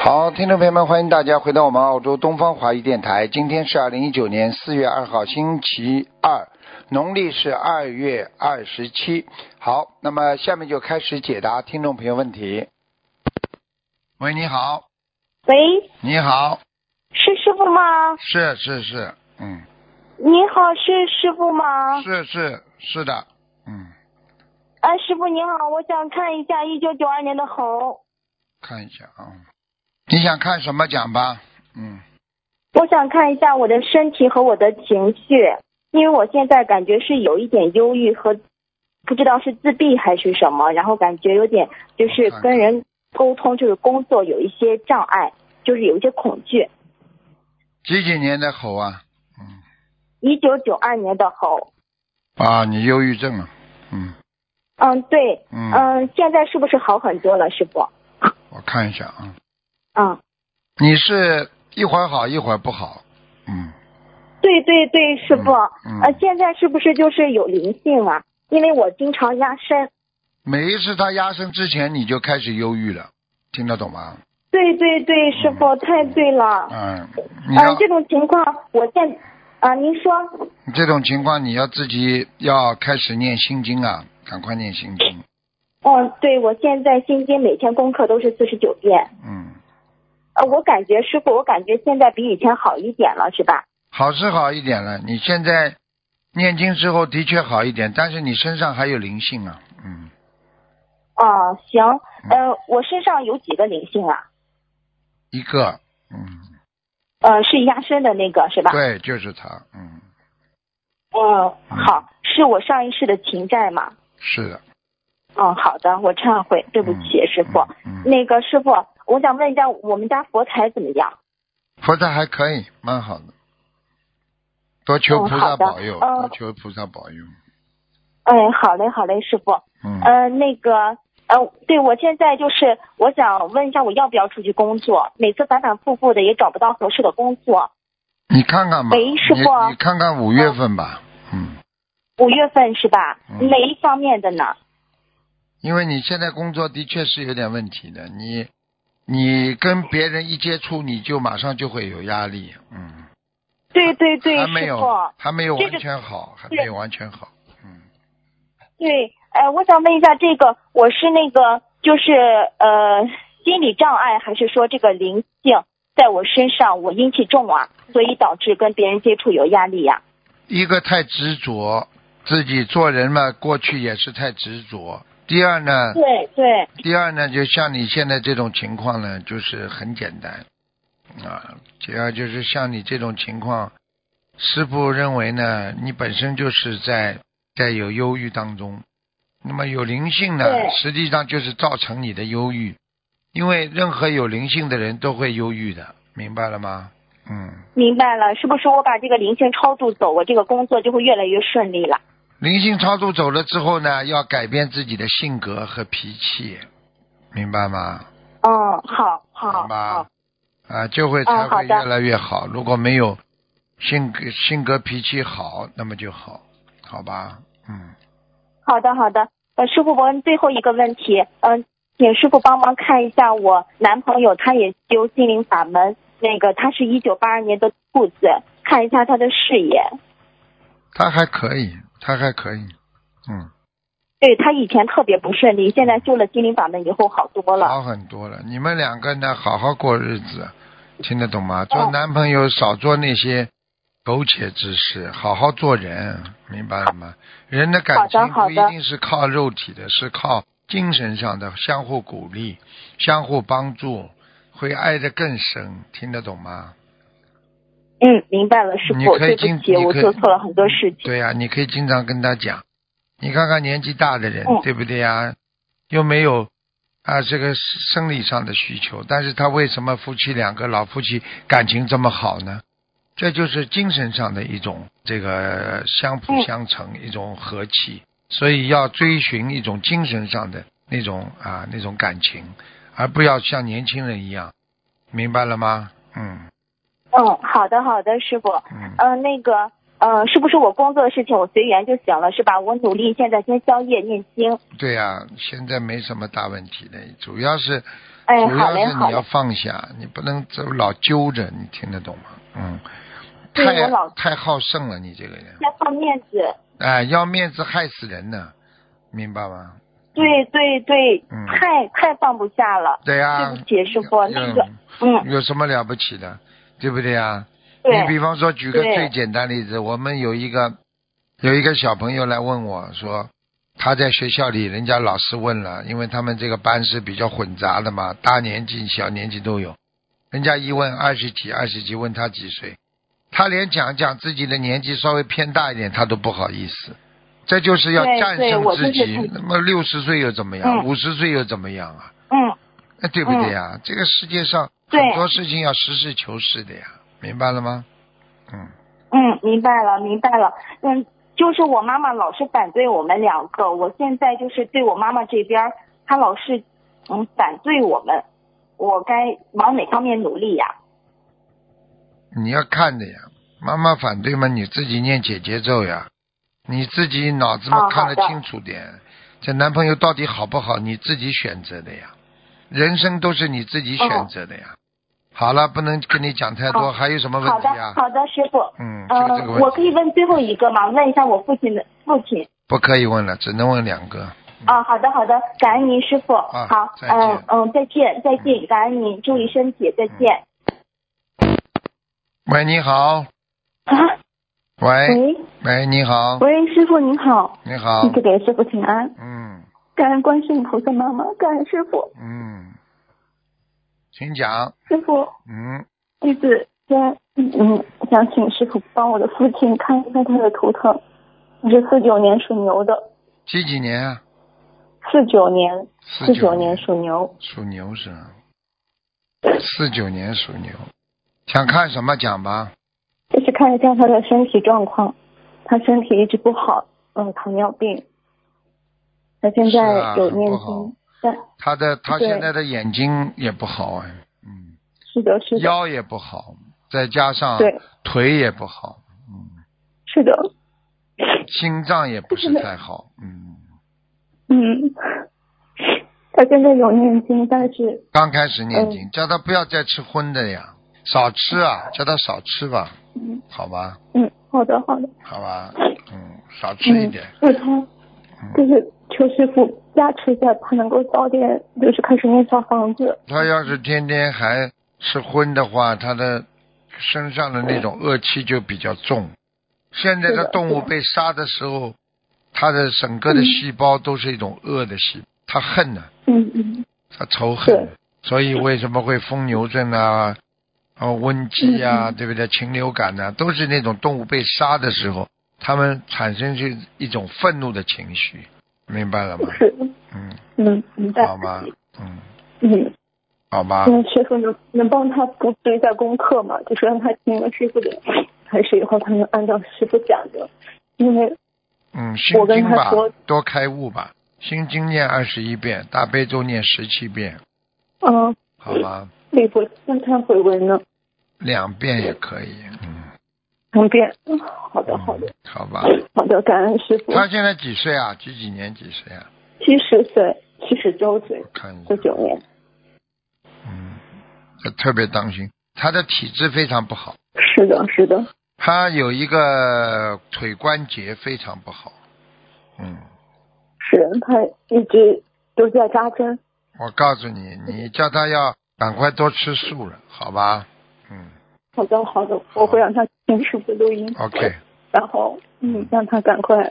好，听众朋友们，欢迎大家回到我们澳洲东方华语电台。今天是二零一九年四月二号，星期二，农历是二月二十七。好，那么下面就开始解答听众朋友问题。喂，你好，喂，你好，是师傅吗？是是是，嗯，您好，是师傅吗？是是是的，嗯，哎，师傅您好，我想看一下一九九二年的猴，看一下啊、你想看什么讲吧？嗯，我想看一下我的身体和我的情绪，因为我现在感觉是有一点忧郁和不知道是自闭还是什么，然后感觉有点就是跟人沟通，就是工作有一些障碍，就是有一些恐惧。几几年的猴啊？一九九二年的猴，啊，你忧郁症了，嗯嗯，对，嗯，嗯，现在是不是好很多了，师傅？我看一下啊。嗯，你是一会儿好一会儿不好，嗯，对对对，师傅。嗯呃，现在是不是就是有灵性啊？因为我经常压身。每一次他压身之前你就开始忧郁了，听得懂吗？对对对，师傅太对了。嗯，你嗯、要、这种情况我现啊、您说这种情况你要自己要开始念心经啊，赶快念心经，嗯，对我现在心经每天功课都是四十九遍。嗯，呃，我感觉师傅，我感觉现在比以前好一点了，是吧？好是好一点了。你现在念经之后的确好一点，但是你身上还有灵性啊，嗯，哦、行。呃，我身上有几个灵性啊？一个，嗯，呃，是压身的那个是吧？对，就是他，嗯，嗯，好，是我上一世的情债嘛？是的，嗯，好的，我忏悔，对不起，嗯师傅。嗯，嗯那个师傅，我想问一下，我们家佛台怎么样？佛台还可以，蛮好的。多求菩嗯萨好的保佑，嗯多求菩萨保佑。哎，好嘞，好嘞，师傅。嗯，呃，那个，呃，对我现在就是我想问一下，我要不要出去工作？每次反反复复的也找不到合适的工作。你看看吧，喂师你傅你看看五月份吧，嗯，五月份是吧？嗯哪一方面的呢？因为你现在工作的确是有点问题的，你你跟别人一接触，你就马上就会有压力，嗯，对对对，还没师傅，有还没有这个完全好，还对没有完全好，嗯，对，呃，我想问一下，这个我是那个就是呃心理障碍，还是说这个灵性在我身上，我阴气重啊，所以导致跟别人接触有压力呀、一个太执着，自己做人嘛，过去也是太执着。第二呢，对对，第二呢，就像你现在这种情况呢，就是很简单啊。第二就是像你这种情况，师傅认为呢，你本身就是在在有忧郁当中。那么有灵性呢对，实际上就是造成你的忧郁，因为任何有灵性的人都会忧郁的，明白了吗？嗯，明白了，是不是我把这个灵性超度走，我这个工作就会越来越顺利了？灵性超度走了之后呢，要改变自己的性格和脾气，明白吗？嗯，好好好吧好，，啊，就会才嗯哦好会的越来越好。如果没有性格性格脾气好，那么就好，好吧，嗯，好的好的。呃，师傅，我问最后一个问题，嗯、请师傅帮忙看一下我男朋友，他也修心灵法门，那个他是一九八二年的兔子，看一下他的事业。他还可以，他还可以，嗯，对他以前特别不顺利，现在修了心灵法门以后好多了。好很多了。你们两个呢，好好过日子，听得懂哦吗？做男朋友少做那些苟且之事，好好做人，明白了吗？人的感情好不的一好的定是靠肉体的，是靠精神上的相互鼓励、相互帮助，会爱得更深，听得懂吗？嗯，明白了，师你傅，可以对经不起，你我可以嗯做错了很多事情。对呀、你可以经常跟他讲，你看看年纪大的人，嗯对不对呀、又没有啊这个生理上的需求，但是他为什么夫妻两个老夫妻感情这么好呢？这就是精神上的一种这个相辅嗯相成，一种和气，所以要追寻一种精神上的那种啊那种感情，而不要像年轻人一样，明白了吗？嗯嗯，好的好的，师傅。嗯，呃，那个，呃，是不是我工作的事情我随缘就行了，是吧？我努力，现在先宵夜念经。对呀、现在没什么大问题的，主要是哎，主好要嘞，是好你要嘞，放下，你不能走老揪着，你听得懂吗？嗯，对太我老太好胜了，你这个人，太好面子。哎，要面子害死人呢，明白吗？对对对，嗯啊太太放不下了。对呀、对不起，师傅，那个，嗯，有什么了不起的，对不对呀？你比对，方说，举个对最简单例子，我们有一个有一个小朋友来问我说，他在学校里，人家老师问了，因为他们这个班是比较混杂的嘛，大年纪、小年纪都有，人家一问二十几、二十几，问他几岁，他连讲讲自己的年纪稍微偏大一点，他都不好意思。这就是要对战对胜我自就是己看。那么六十岁又怎么样？嗯五十、岁又怎么样啊？嗯，哎，对不对呀、这个世界上很对多事情要实事求是的呀，明白了吗？嗯，嗯，明白了，明白了。嗯，就是我妈妈老是反对我们两个，我现在就是对我妈妈这边儿，她老是嗯反对我们，我该往哪方面努力呀、你要看的呀。妈妈反对嘛，你自己念姐姐咒呀，你自己脑子嘛哦看得好的清楚点。这男朋友到底好不好，你自己选择的呀。人生都是你自己选择的呀。好了，不能跟你讲太多，好还有什么问好题啊的呀，？哦好的，师傅。嗯，就这个呃嗯，我问可题以问最后一个吗？问一下我父亲的父亲。不可以问了，只能问两个。啊，好的好的，感恩您师傅。嗯啊好，再见呃嗯嗯，再见再见，感恩您，注意身体，再见。喂，你好，嗯啊，喂，喂喂，你好，喂，师傅您好，你哎好弟，子给师傅请安，嗯。感恩观世音菩萨妈妈，感恩师傅，嗯，请讲。师傅嗯，弟子先嗯想请师傅帮我的父亲看一下他的图腾，我是四九年属牛的，几几年啊？四九年四四九年属牛，属牛是吧？四九年属牛，想看什么讲吧？就是看一下他的身体状况，他身体一直不好，嗯，糖尿病，他现是啊在有很念不好经，但他的他对现在的眼睛也不好哎，嗯，是的，是的，腰也啊不好，再加上对，腿也不好，是的，心脏也不是就是太好，嗯，嗯， 他现在有念经，但是刚开始嗯念经，叫他不要再吃荤的呀，少吃啊，叫他少吃吧，嗯好吧，嗯，好的好的，好吧，嗯，少吃一嗯，点，就是他，嗯就是求师傅加持一下，他能够早点就是开始念小房子。他要是天天还吃荤的话，他的身上的那种恶气就比较重。现在是的的动是物的被杀的时候，它的整个的细胞都是一种恶的细，它恨呢、嗯嗯它仇恨。所以为什么会疯牛症啊，啊嗯瘟疫啊，对不对？禽流感呐、都是那种动物被杀的时候，它们产生是一种愤怒的情绪，明白了吗？是的，嗯，嗯，明白。好吗？嗯，嗯，好吧。那师傅嗯能能帮他布置一下功课吗？就是让他听了师傅的，还是以后他能按照师傅讲的？因为嗯，心我跟经他吧说，多开悟吧。心经念二十一遍，大悲咒念十七遍，嗯、好吧，礼佛三忏悔文呢，两遍也可以。嗯，两遍。嗯好的好的好吧。好的，感恩师傅。嗯他现在几岁啊？几几年几岁啊？七十岁，七十周岁我，看一下四。九年。嗯，要特别当心，他的体质非常不好，是的，是的，他有一个腿关节非常不好。嗯，是他一直都在扎针。我告诉你，你叫他要赶快多吃素了，好吧？嗯好的，好的，我会让他听师傅录音， ，OK，然后嗯，让他赶快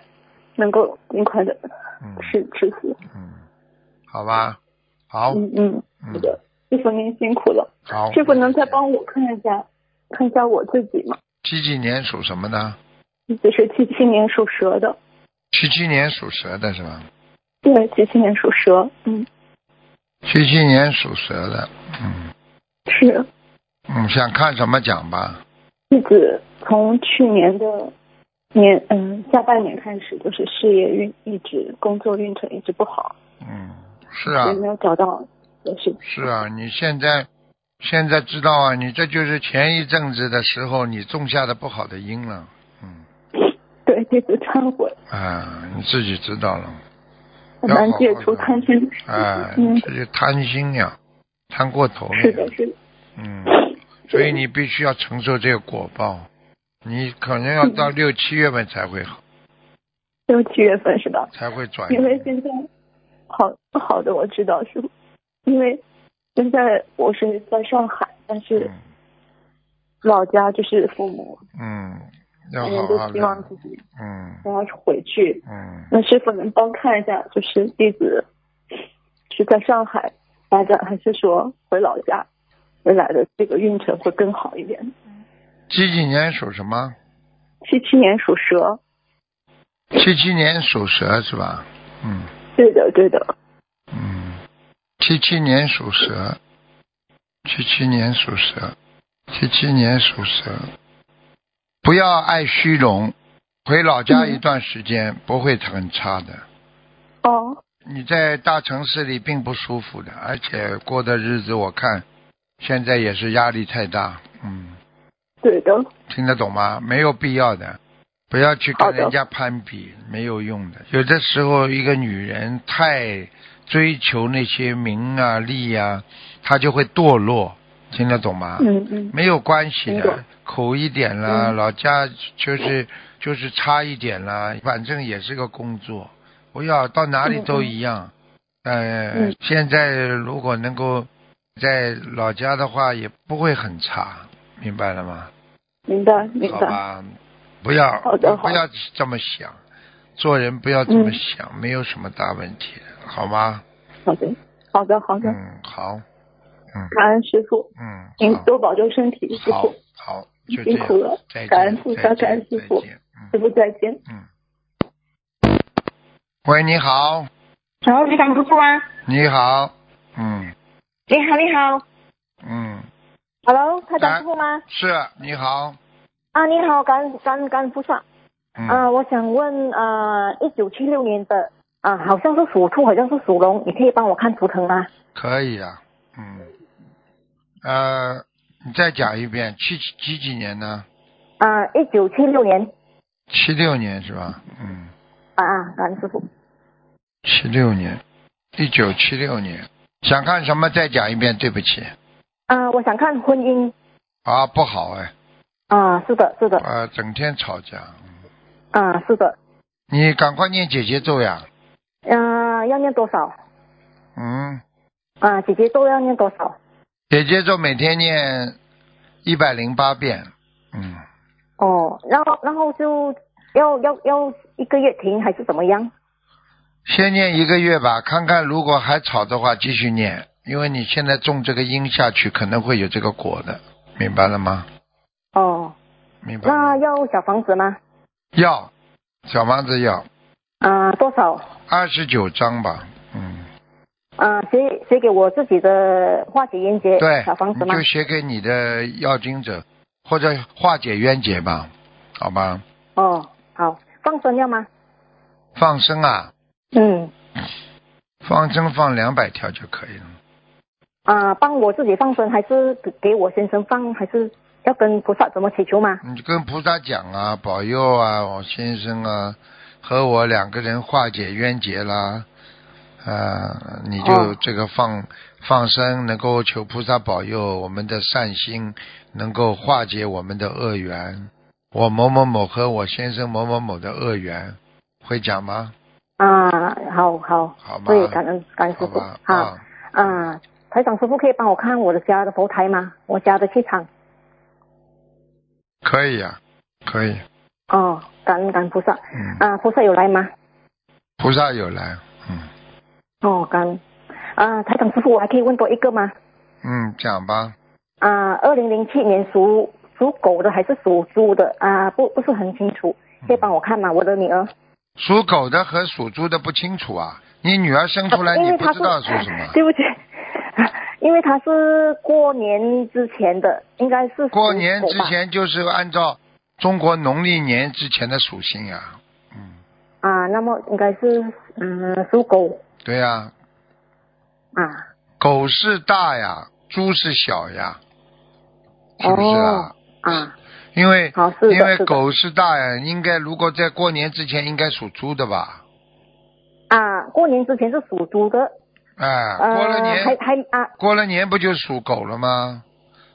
能够尽快的嗯吃吃素。嗯，好吧，好，嗯嗯，嗯哦好，的，师傅您辛苦了。好，师傅能再帮我看一下，看一下我自己吗？七几年属什么呢？自己是七七年属蛇的，七七年属蛇的是吧？对，七七年属蛇，嗯，七七年属蛇的，嗯是嗯，想看什么讲吧？弟子从去年的年嗯下半年开始，就是事业运一直工作运程一直不好，嗯，是啊也，没有找到合适。是啊，你现在现在知道啊，你这就是前一阵子的时候你种下的不好的因了，嗯 对，弟子忏悔，啊，你自己知道了很难戒要好好除地贪嗔痴。啊，嗯这就贪心呀、贪过头了呀。是的，是的，嗯，所以你必须要承受这个果报，你可能要嗯到六七月份才会好，就七月份是吧？才会转。因为现在好好的我知道是，因为现在我是在上海，但是嗯老家就是父母，嗯，要他好们好都希望的，自己嗯然后回去，嗯，那师傅能帮看一下，就是弟子是在上海发展，还是说回老家回来的这个运程会更好一点？几几年属什么？七七年属蛇，七七年属蛇是吧？嗯对的，对的，嗯，七七年属蛇，七七年属蛇，七七年属蛇，不要爱虚荣，回老家一段时间不会很差的。哦，你在大城市里并不舒服的，而且过的日子我看现在也是压力太大，嗯，对的，听得懂吗？没有必要的，不要去跟好的人家攀比，没有用的。有的时候一个女人太追求那些名啊利啊，她就会堕落，听得懂吗？嗯嗯，没有关系听的懂，苦一点啦，嗯老家就是就是差一点啦，反正也是个工作，不要到哪里都一样。呃，嗯现在如果能够在老家的话，也不会很差，明白了吗？明白明好白，吧，不要好的不好要这么想，做人不要这么嗯想，没有什么大问题，好吗？好的，好的，好的，嗯，好，嗯感恩师傅，嗯，您好多保重身体，师好傅，好，就这辛样苦了再见，感恩菩再萨，见感恩师傅再，见师嗯傅再见。嗯。喂，你好，然后你敢不哭吗？你好，嗯你好，你好嗯， ，Hello，他敢不哭吗？是你好，啊，你好，感恩感恩感恩菩萨。嗯，啊，我想问啊，一九七六年的啊，好像是属兔，好像是属龙，你可以帮我看图腾吗？可以啊，嗯，呃，你再讲一遍，七几几年呢？啊，一九七六年七六年是吧？嗯，啊啊，感恩师傅。七六年，一九七六年，想看什么再讲一遍，对不起，啊，我想看婚姻。啊，不好哎，啊，是的，是的，啊，整天吵架，啊，是的。你赶快念姐姐咒呀，嗯、要念多少？嗯。啊，姐姐都要念多少？姐姐咒每天念一百零八遍，嗯，哦，然后然后就要要要一个月停还是怎么样？先念一个月吧，看看如果还吵的话，继续念，因为你现在种这个因下去，可能会有这个果的，明白了吗？哦，明白那吗。要小房子吗？要小房子要啊，多少？二十九张吧，嗯，啊，写写给我自己的化解冤结对小房，子你吗就？写给你的要经者或者化解冤结吧，好吧？哦，好，放生要吗？放生啊，嗯，放生放两百条就可以了。啊，帮我自己放生还是给给我先生放，还是要跟菩萨怎么祈求吗？你就跟菩萨讲啊，保佑啊，我先生啊，和我两个人化解冤结啦。啊，你就哦这个放、放生，能够求菩萨保佑我们的善心，能够化解我们的恶缘。我某某某和我先生某某某的恶缘，会讲吗？啊，好好，好吗？对，感恩感恩师好傅吧，好啊，啊，台长师傅可以帮我看我的家的佛台吗？我家的气场。可以啊，可以。哦，感恩感恩菩萨嗯，啊，菩萨有来吗？菩萨有来，嗯哦，感恩啊，台长师傅，我还可以问多一个吗？嗯，讲吧。啊，二零零七年属属狗的还是属猪的啊？不不是很清楚，可以帮我看吗？我的女儿，属狗的和属猪的不清楚啊，你女儿生出来啊因你为不她知是，道属什么 对不起，因为她是过年之前的，应该是属过年狗之吧前就是按照中国农历年之前的属性呀、嗯，啊，那么应该是嗯属狗对呀、啊。狗是大呀，猪是小呀，是不是啊？哦啊，因为好是的因为是的狗是大呀，应该如果在过年之前应该属猪的吧？啊，过年之前是属猪的，哎，呃，过了年、还还啊，过了年不就属狗了吗？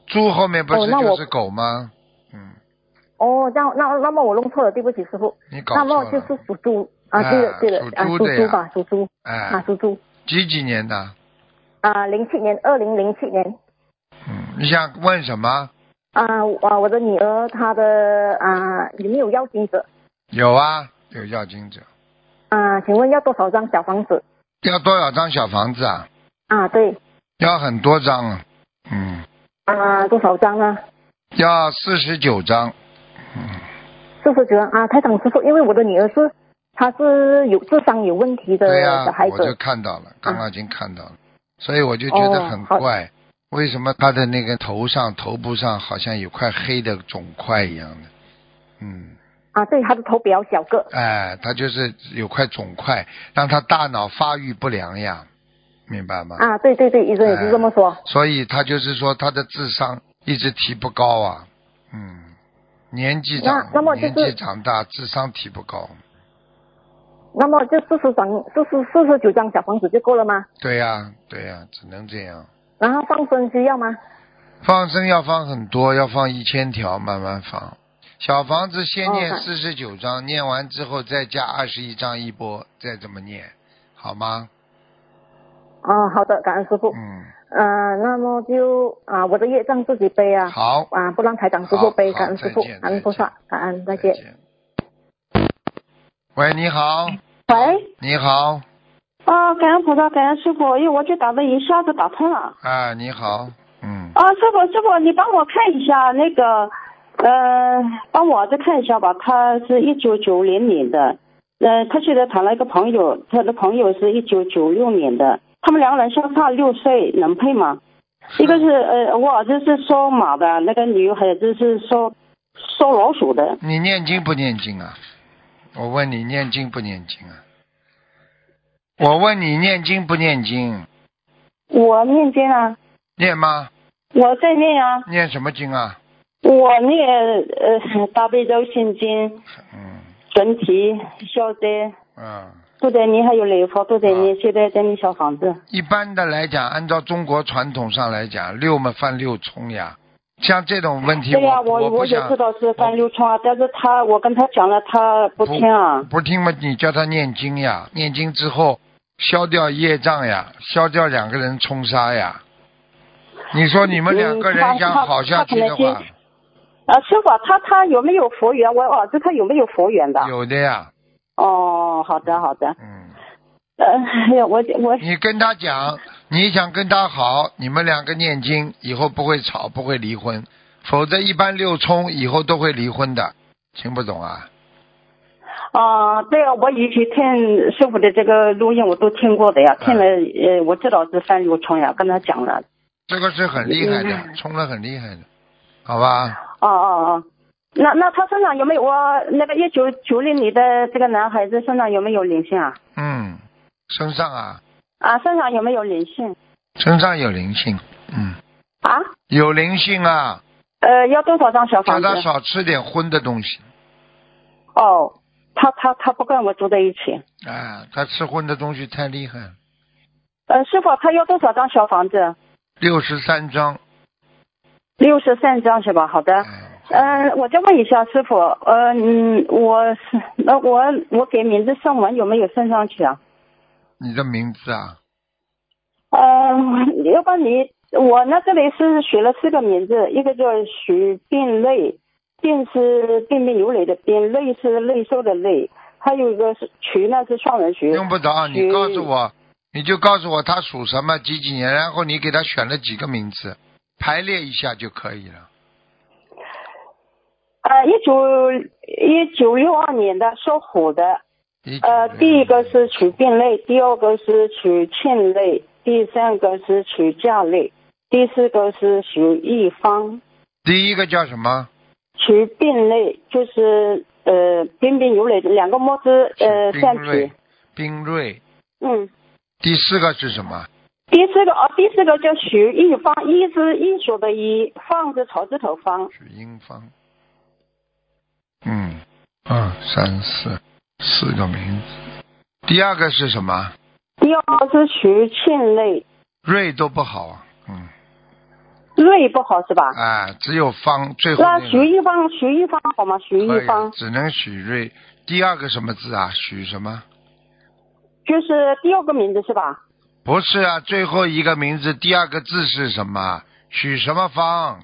猪后面不哦是那就我是狗吗？嗯，哦，那那那么我弄错了，对不起，师傅。你搞那错么了。就是属猪啊，哎对的对的属啊，猪属的呀猪吧，属猪啊，哎，属猪几几年的？啊，零七年，二零零七年嗯，你想问什么？啊，我啊，我的女儿她的啊有没有要金子有啊，有要经者。啊？请问要多少张小房子要多少张小房子啊？啊？对要很多张啊。嗯，啊，多少张啊？要四十九张。四十九张啊，台长师傅，因为我的女儿是她是有智商有问题的对呀、小孩我就子嗯看到了，刚刚已经看到了，所以我就觉哦得很怪，为什么他的那个头上、头部上好像有块黑的肿块一样的？嗯，啊，对，她的头比较小个哎，他就是有块肿块，让他大脑发育不良呀，明白吗？啊，对对对，医生也哎是这么说所以他就是说他的智商一直提不高啊，嗯，年纪长那那么就是年纪长大，智商提不高，那么就四十张，四十四十九张小房子就够了吗？对呀、对呀、只能这样。然后放生需要吗？放生要放很多，要放一千条，慢慢放。小房子先念哦四十九章，念完之后再加二十一章一波，再这么念，好吗？哦，好的，感恩师傅。嗯，呃，那么就啊、我的业障自己背啊，好，啊，不让台长师傅背，好感恩师傅再见，感恩菩萨，感恩，再见。见。喂，你好，喂，你好，啊，感恩菩萨，感恩师傅，因为我这打的一下子打通了。啊，你好，嗯，啊，师傅，师傅，你帮我看一下那个，呃，帮我再看一下吧。他是一九九零年的，呃，他现在谈了一个朋友，他的朋友是一九九六年的，他们两个人相差六岁，能配吗？一个是呃，我儿子是属马的，那个女孩子是属属老鼠的。你念经不念经啊？我问你念经不念经啊？我问你念经不念经？我念经啊，念吗？我在念啊，念什么经啊？我念呃大悲咒心经。嗯整体消灾，嗯。都在你还有礼佛，都在你、啊现在在你小房子。一般的来讲，按照中国传统上来讲，六嘛犯六冲呀。像这种问题，对呀、我我不也想嗯知道是翻六冲啊，但是他我跟他讲了，他不听啊。不听嘛，你叫他念经呀，念经之后消掉业障呀，消掉两个人冲杀呀。你说你们两个人嗯他想他好下去的他可能话，啊，师傅啊，他他有没有佛缘？我儿子他有没有佛缘的？有的呀，哦，好的好的。嗯，呃， 哎呀，我我你跟他讲，你想跟他好，你们两个念经以后不会吵，不会离婚，否则一般六冲以后都会离婚的，听不懂啊？啊，对啊，我以前听师傅的这个录音我都听过的呀，听了嗯呃，我知道是翻六冲呀，跟他讲了。这个是很厉害的，嗯冲的很厉害的，好吧？哦哦哦，那那他身上有没有我那个一九九零年的这个男孩子身上有没有灵性啊？嗯，身上啊，啊，身上有没有灵性身上有灵性，嗯，啊？有灵性啊，呃，要多少张叫小房子他？少吃点荤的东西，哦，他他他不跟我住在一起。啊，他吃荤的东西太厉害了。呃，师傅，他要多少张小房子？六十三张，六十三张是吧？好的。哎，嗯、我再问一下师傅，呃，嗯，我是那我我给名字上文有没有升上去啊？你的名字啊，嗯，要不然你我呢这里是写了四个名字，一个叫许病类，病是彬彬有礼的彬，类是类兽的类，还有一个是渠呢是双人渠。用不着你许告诉嗯我，你就告诉我他属什么几几年，然后你给他选了几个名字，排列一下就可以了。呃，一九一九六二年的属虎的，一呃，第一个是取病类，第二个是取庆类，第三个是取嫁类，第四个是取一方。第一个叫什么？取病类就是呃彬彬有礼，两个墨汁呃是三冰撇锐。，冰锐。嗯，第四个是什么？第四个哦，第四个叫徐一方，一是艺术的一，方是草字头方。是英方。嗯，二三四四个名字。第二个是什么？第二是属于欠类，瑞都不好啊，嗯，锐不好是吧？啊，只有方最后那个徐一方，徐一方好吗？徐可一以啊方只能许瑞。第二个什么字啊？许什么？就是第二个名字是吧？不是啊，最后一个名字第二个字是什么？许什么方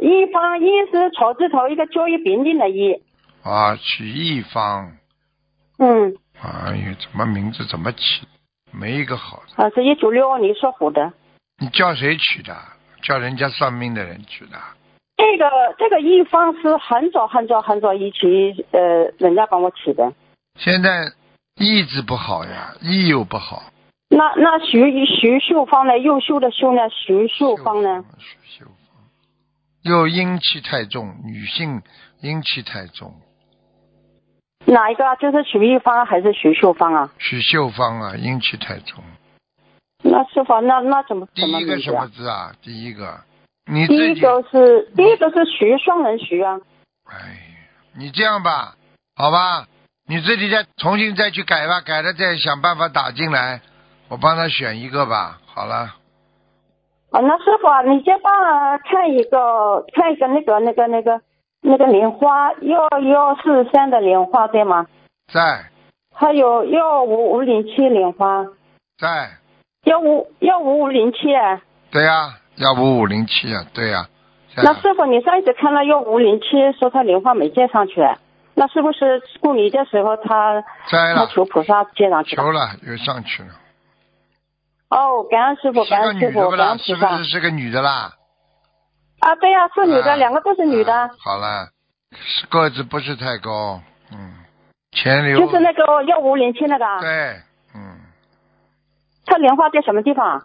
一方一是草字头一个交易丙丁的一，啊？许一方。嗯，哎呦，怎么名字怎么起？没一个好的。啊是一九六二年属虎的。你叫谁取的？啊叫人家算命的人取的。啊这个这个一方是很早很早很早以前呃人家帮我起的，现在意志不好呀，意又不好。那那徐徐秀芳呢？优秀的秀呢？徐秀芳呢？？秀芳，又阴气太重，女性阴气太重。哪一个啊？就是徐一芳还是徐秀芳啊？许秀芳啊，阴气太重。那是否那那怎么第怎么一名个什字么啊？字啊？第一个，你第自一己，个是第一个是徐双人徐啊，哎，你这样吧，好吧，你自己再重新再去改吧，改了再想办法打进来，我帮他选一个吧。好了，啊，那师傅啊，你先帮我看一个看一个那个那个那个那个莲花幺幺四三的莲花对吗？在还有幺五五零七莲花，在，幺五幺五五零七啊。对呀、幺五五零七啊，对呀、在那师傅，你上一次看到幺五零七说他莲花没接上去，那是不是过年的时候他在他了，求菩萨接上去的？求了又上去了。哦，感恩师傅，是感个恩师女的傅，不感啦？恩菩是不萨是。是个女的啦？啊，对呀、是女的，啊两个都是女的，啊好了，是个子不是太高，嗯，前流。就是那个幺五零七那个哎啊，对，嗯，他莲花在什么地方？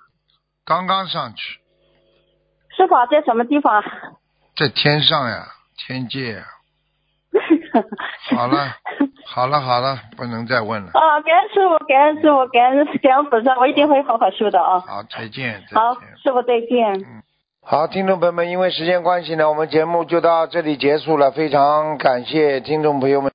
刚刚上去，师傅啊在什么地方？在天上呀，天界呀。 好了，好了，好了，不能再问了。 啊，感恩师傅，感恩师傅，感恩感恩菩萨，我一定会好好修的啊。好，再见，再见。好，师傅再见。好，听众朋友们，因为时间关系呢，我们节目就到这里结束了。非常感谢听众朋友们。